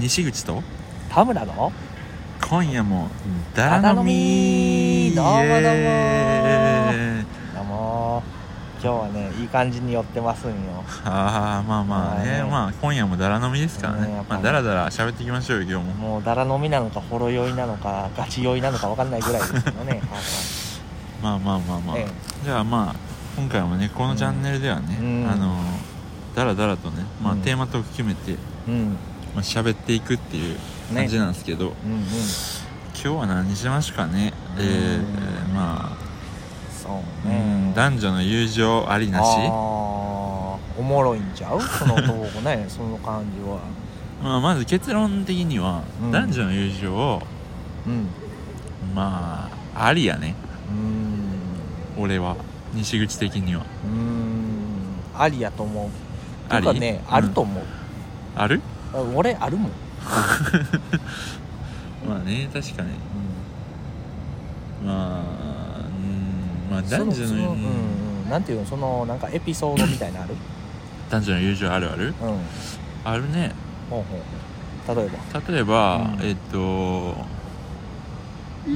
西口と田村の今夜もダラ飲みダラ飲みイエーイどうも今日はねいい感じに寄ってますんよあーまあまあね、まあねまあ今夜もダラ飲みですからねねやっまぱあねダラダラ喋っていきましょうよ今日ももうだら飲みなのかほろ酔いなのかガチ酔いなのかわかんないぐらいですけど ねまあまあまあまあ、えじゃあまあ今回もねこのチャンネルではね、うんあのダラダラとね、まあ、うんテーマトーク決めて、うんうんまあ喋っていくっていう感じなんですけど、うん今日は何にしましょうかね、えうー、んまそうあ、ねうん、男女の友情ありなしあーおもろいんちゃうその男 ねその感じはまあ、まず結論的には、うん男女の友情をうんまあありやねうん俺は西口的にはうーんありやと思うあてりかねうんあると思う、ある 俺あるもん、まあね確かにまあうんまあそ男女そのうんうんなんていうのそのなんかエピソードみたいなのある男女の友情あるあるうんほあるねうほう例えば例えば、うんえっと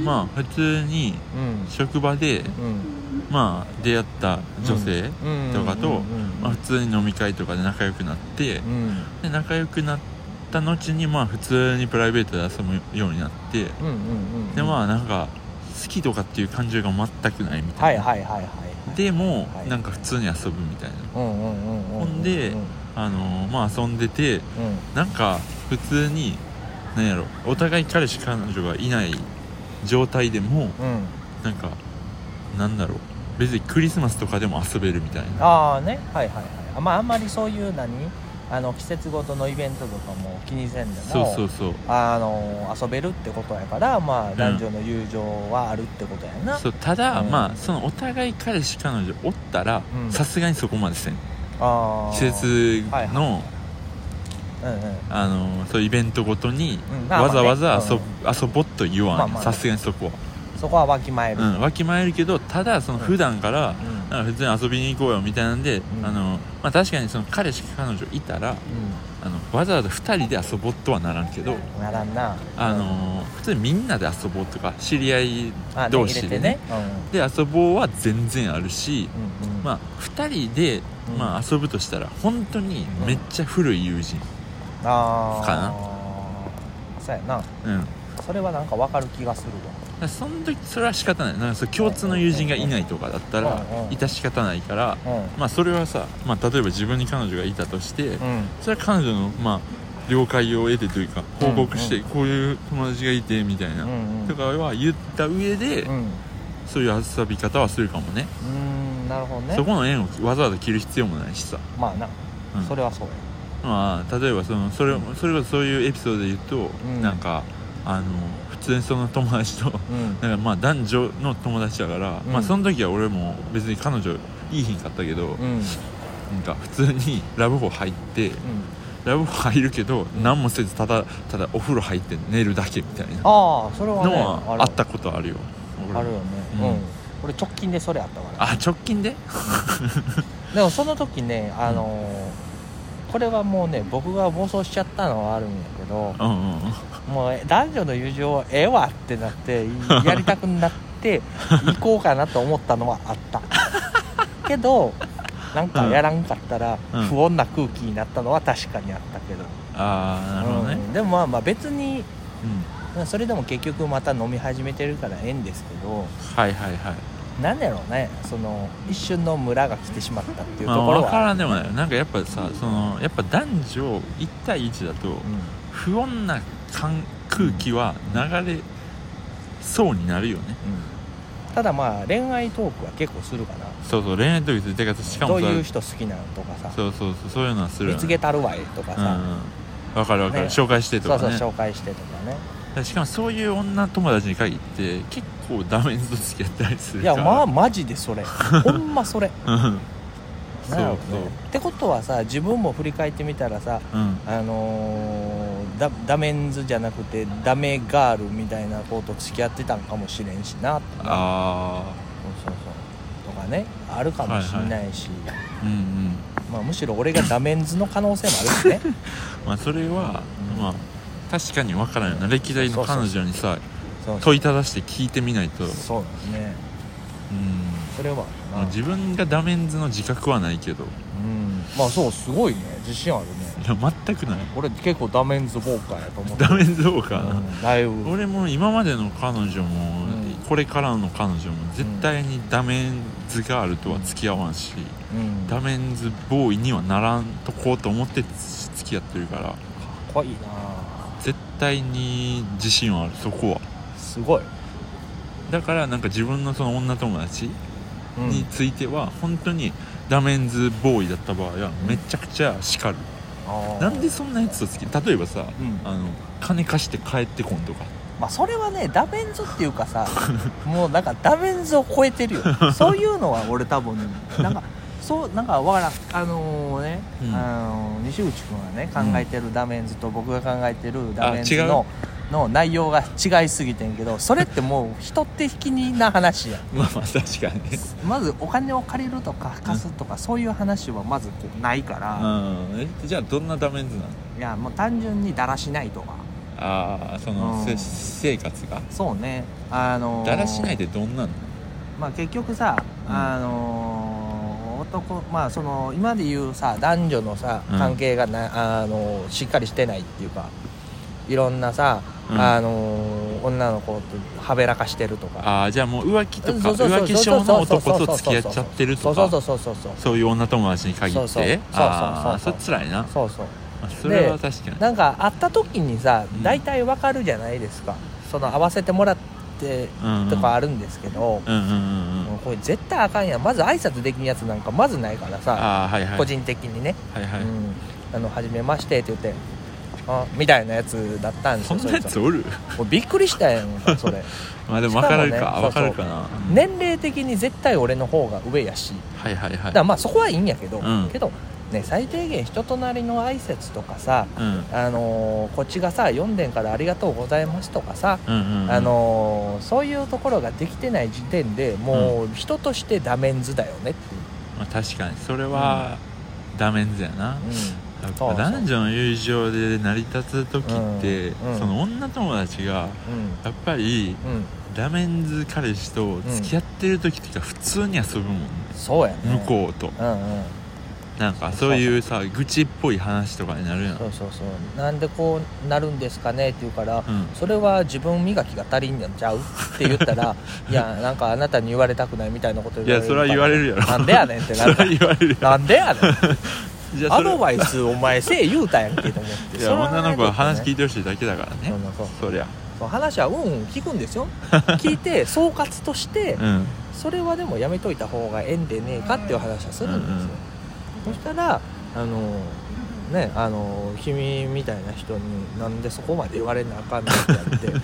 まあ普通にうん職場でうんまあ出会った女性とかとうんうんまあ普通に飲み会とかで仲良くなってうんうんで仲良くなった後にまあ普通にプライベートで遊ぶようになってうんうんうんうんでまあなんか好きとかっていう感情が全くないみたはいいな、はいはいはいでも、はいなんか普通に遊ぶみたいなうんうんうんうんほんでうんあのーまあ遊んでてうんなんか普通になんやろお互い彼氏彼女がいない状態でもうんなんかなんだろう別にクリスマスとかでも遊べるみたいなああねはいはいはいあまああんまりそういう何あの季節ごとのイベントとかも気にせんでもそうそうそうあの遊べるってことやからまあ男女の友情はあるってことやな、そうただ、うんまあそのお互い彼氏彼女おったらうんさすがにそこまでせんあー季節はいはのうんうんあのーそうイベントごとにうんわまあまあねざわざ遊,、うん遊ぼっと言わまあんまあよねさすがにそこは、そこはわきまえる、うん、わきまえるけどただそのうん普段から、うんなんか普通に遊びに行こうよみたいなんで、うんあのまあ、確かにその彼氏彼女いたらあのわざわざ2人で遊ぼうとはならんけど、うんならんなあのー普通にみんなで遊ぼうとか知り合いあね同士でね入れてねで遊ぼうは全然あるし、うんうんうんまあ、2人で、うんまあ、遊ぶとしたら本当にめっちゃ古い友人、あーかそうやなうんだかそれはなんかわかる気がするらその時それは仕方ないなんかその共通の友人がいないとかだったらうんうんいた仕方ないから、わまあそれはさ、まあ、例えば自分に彼女がいたとしてうんうんそれは彼女のまあ了解を得てというか報告してうんこういう友達がいてみたいなうんうんとかは言った上でうんうそういう遊び方はするかもねーんなるほどねそこの縁をわざわざ切る必要もないしさ、まあな、うんそれはそうやまあ例えばそのそれそれこそそういうエピソードで言うと、んなんかあの普通にその友達とうんなんかまあ男女の友達だから、うんまあその時は俺も別に彼女いい品買ったけど、うんなんか普通にラブホ入ってラブホ入るけど何もせずただただお風呂入って寝るだけみたいなのああそれはねはあったことあるよ俺あるよねううんん、俺直近でそれあったかあら直近ででもその時ねあのーこれはもうね僕が暴走しちゃったのはあるんやけどうんうんうんもう男女の友情はええわってなってやりたくなって 行こうかなと思ったのはあったけどなんかやらんかったらうん不穏な空気になったのは確かにあったけど、ああなるほどねうんでもまあまあ別にうん、それでも結局また飲み始めてるからええんですけどはいはいはいなんやろうねその一瞬の村が来てしまったっていうまとあころ分かは、らんでもないよなんかやっぱさそのやっぱ男女1対1だとうん不穏な感空気は流れそうになるよねただまあ恋愛トークは結構するかなそうそう恋愛というかしかどもうさいう人好きなのとかさそうそうそうそういうのはする見よつねけたるわいとかうんさ、うん分かる分かる、ね紹介してとそかうねそう紹介してとかねしかもそういう女友達に限って結構ダメージと付き合ったりするいからやまあマジ でそれほんまそれうんそなるうほそどうねってことはさ自分も振り返ってみたらさうんあのー、ダダメンズじゃなくてダメガールみたいな子と付き合ってたんかもしれんしなとかあそうそうそうとかねあるかもしれないし、あうんうん まあ、むしろ俺がダメンズの可能性もあるしねまあそれは、うんまあ確かに分からんよな歴代の彼女にさそう問いただして聞いてみないとうんそうですねそれはまああるな自分がダメンズの自覚はないけどうんまあそうすごいね自信あるねいや全くない俺結構ダメンズボーカーやと思 ってダメンズ王うかんだいぶ俺も今までの彼女も、うんこれからの彼女も絶対にダメンズガールとは付き合わんし、うんダかっメンズボーイにはならんとこうと思って付き合ってるからこいいな絶対に自信はあるそこはすごい、だからなんか自分のその女友達うんについては本当にダメンズボーイだった場合はめちゃくちゃ叱る、あーなんでそんなやつと付き例えばさ、うんあの金貸して帰ってこんとかまあそれはねダメンズっていうかさ もうなんかダメンズを超えて るよそういうのは俺多分なんかそうなんかわからんあのね、うんあのー西口君がね考えてるダメンズと僕が考えてるダメンズあ違うのの内容が違いすぎてんけどそれってもう人って引きにな話やんまあまあ確か にねまずお金を借りるとか貸すとかそういう話はまずこうないから、うんえじゃあどんなダメンズなのいやもう単純にだらしないとかああその、うんせ私生活がそうねあのーだらしないでどんなのまあ、結局さ、うんあのー男まあその今で言うさ男女のさうん関係がな、あのーしっかりしてないっていうかいろんなさ、うんあのー女の子とはべらかしてるとかああじゃあもう浮気とかそうそうそう浮気症の男そうとそ付うそうそうき合っちゃってるそとうそうそかうそうそうそうそういう女友達に限そっうそうそうそうてああそれそうそうつらいなそうそうまあそれは確かになんか会った時にさうん大体わかるじゃないですか、その会わせてもらってうんうんとかあるんですけど、うんうんうんうもんうこれ絶対あかんやんまず挨拶できんやつなんかまずないからさああはいはい個人的にねはいはい、うん、あの初めましてって言ってあみたいなやつだったんですそよんなやつそいおるつ俺びっくりしたやんか それまあでも分かるしかかもね分かるかなうん年齢的に絶対俺の方が上やしはいはいはだいからまあそこはいいんやけど、うんけどね最低限人となりの挨拶とかさうんうんあのーこっちがさ読んでんからありがとうございますとかさ、うんうんあのーそういうところができてない時点でもう人としてダメンズだよねっていう、まあ、確かにそれはダメンズやな、うやっそうそぱう男女の友情で成り立つ時って、うんうんその女友達がんやっぱりうんうん、ダメンズ彼氏と付き合ってる時とか普通に遊ぶもんね、そうやね向こうとう、うんうん、なんかそういうさ愚痴っぽい話とかになるやんそうそうそうなんでこうなるんですかねって言うから、うんそれは自分磨きが足りんじゃんちゃうって言っ たらいやなんかあなたに言われたくないみたいなこといやそれは言われるやろなんでやねんっ てそなれはる言われるやなんでやねんんじゃあアそれドバイスお前せえ言うたやんけと思っていや女の子は話聞いいてほしいだけだからねそうそうそりゃそう話はうんうん聞くんですよ聞いて総括として うんそれはでもやめといた方がええんでねえかっていう話はするんですよ、そしたらあのねあの君みたいな人になんでそこまで言われなあかんのってや っ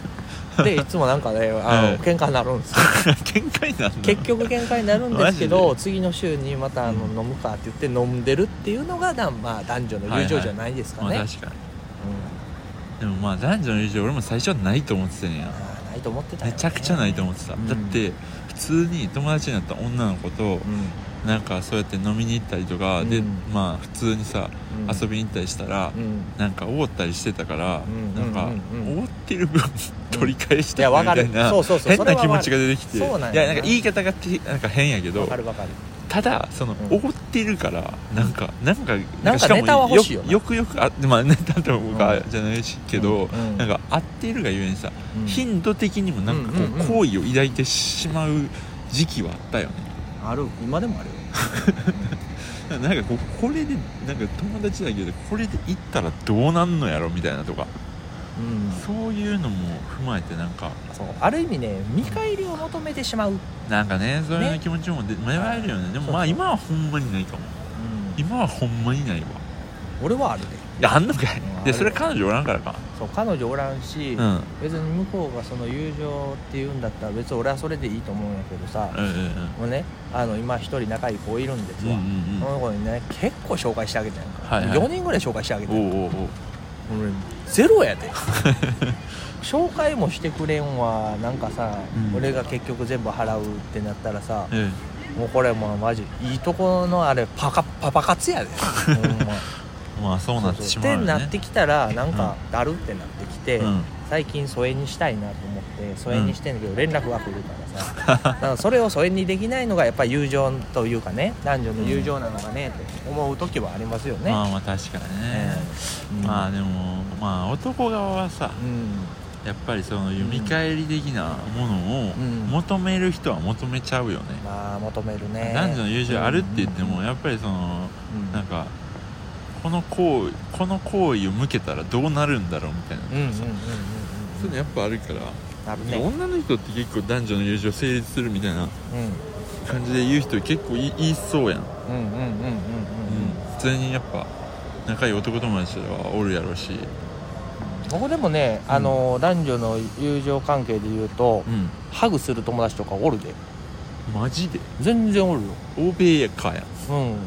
てでいつもなんかねあの、うん喧嘩になるんですよ喧嘩になるの結局喧嘩になるんですけマどジ次の週にまたあのうん飲むかって言って飲んでるっていうのが、だまあ、男女の友情じゃないですかね、まあ確かにでもまあ男女の友情俺も最初はないと思ってたんうんやあーないと思ってたよめねちゃくちゃないと思ってた、うんだって普通に友達になった女の子とうんなんかそうやって飲みに行ったりとか、でうんまあ普通にさ、うん遊びに行ったりしたら、うんなんかおごったりしてたから、うんなんかうんうんおごってる分取り返しいやたわみかたるいなそうそうそう変それなは気わ持かちるが出てきてそうなんいややなんか言い方がてなんか変やけわどかるわかるただそのうんおごってるからなんかなんかなんかしもネタは欲しいよなよくよくあまあネタとかうじゃないしけど、うんうんなんか合っているがゆえにさ、うん頻度的にもなんかこうんうんうんう好意を抱いてしまう時期はあったよねある今でもあるよなんかこうこれでなんか友達だけどこれで行ったらどうなんのやろみたいなとかうんそういうのも踏まえてなんかそうある意味ね見返りを求めてしまう、なんかねそういう気持ちもで芽生えるよねでもまあそうそう今はほんまにないかも今はほんまにないわ俺はあるでいやあんのかい うんあるよいやそれ彼女おらんからかそう彼女おらんし、うんうん別に向こうがその友情っていうんだったら別に俺はそれでいいと思うんやけどさ、うんうんもうねあの今一人仲いい子いるんですうんうわ、んその子にね結構紹介してあげたやんか、はいはい4人ぐらい紹介してあげたうんやんおうおうおう俺ゼロやで 紹介もしてくれんわなんかさ、うん俺が結局全部払うってなったらさ、うん もうこれもうマジいいとこのあれパカパパ活やでほんままあそうなってしまうよねってなってきたらなんかだるってなってきて、うん最近疎遠にしたいなと思って疎遠にしてんだけど連絡が来るからさ、だからそれを疎遠にできないのがやっぱり友情というかね男女の友情なのかねって思う時はありますよね、まあまあ確かにね、うんまあでもまあ男側はさうんやっぱりその読み返り的なものをうん求める人は求めちゃうよね、まあ求めるね男女の友情あるって言ってもうんやっぱりそのうんなんかこの行為この行為を向けたらどうなるんだろうみたいな、うんうんうんうんうんそういうのやっぱあるから、あるね女の人って結構男女の友情成立するみたいな感じで言う人結構い言いそうやん、うんうんうんうんうんうん普通にやっぱ仲いい男友達はおるやろうしここでもね、うんあの男女の友情関係で言うと、うんハグする友達とかおるでマジで全然おるよ欧米やかやん うん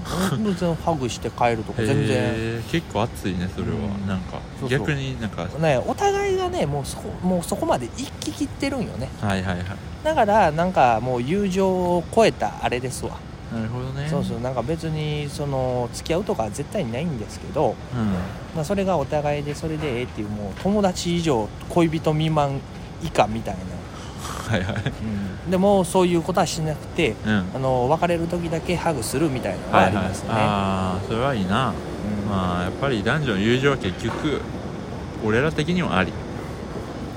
全然ハグして帰るとか全然へー結構熱いねそれは、うんなんかそうそう逆になんかねお互いがねもうそこもうそこまで行ききってるんよねはいはいはいだからなんかもう友情を超えたあれですわ、なるほどねそうそうなんか別にその付き合うとかは絶対にないんですけど、うんまあ、それがお互いでそれでええっていうもう友達以上恋人未満以下みたいな、はいはいでもそういうことはしなくてうんあの別れる時だけハグするみたいなのがはあいりはいますね、ああそれはいいな、うんまあやっぱり男女の友情は結局俺ら的にもあり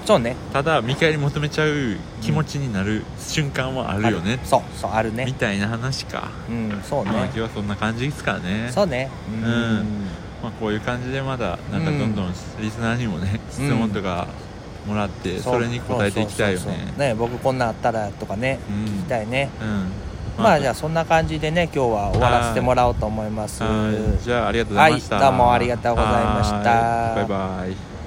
そうねただ見返り求めちゃう気持ちになる瞬間はあるよね、そうそうあるみねたいな話か、うんそうねまあ今日はそんな感じですからねそうねんまあ、こういう感じでまだなんかうんどんどんリスナーにもね、質問とかもらってそれに答えていきたいよそうそうそうそうねね僕こんなんあったらとかねうん聞きたいねうんまあじゃあそんな感じでね今日は終わらせてもらおうと思いますはいじゃあありがとうございましたはいどうもありがとうございましたはいバイバイ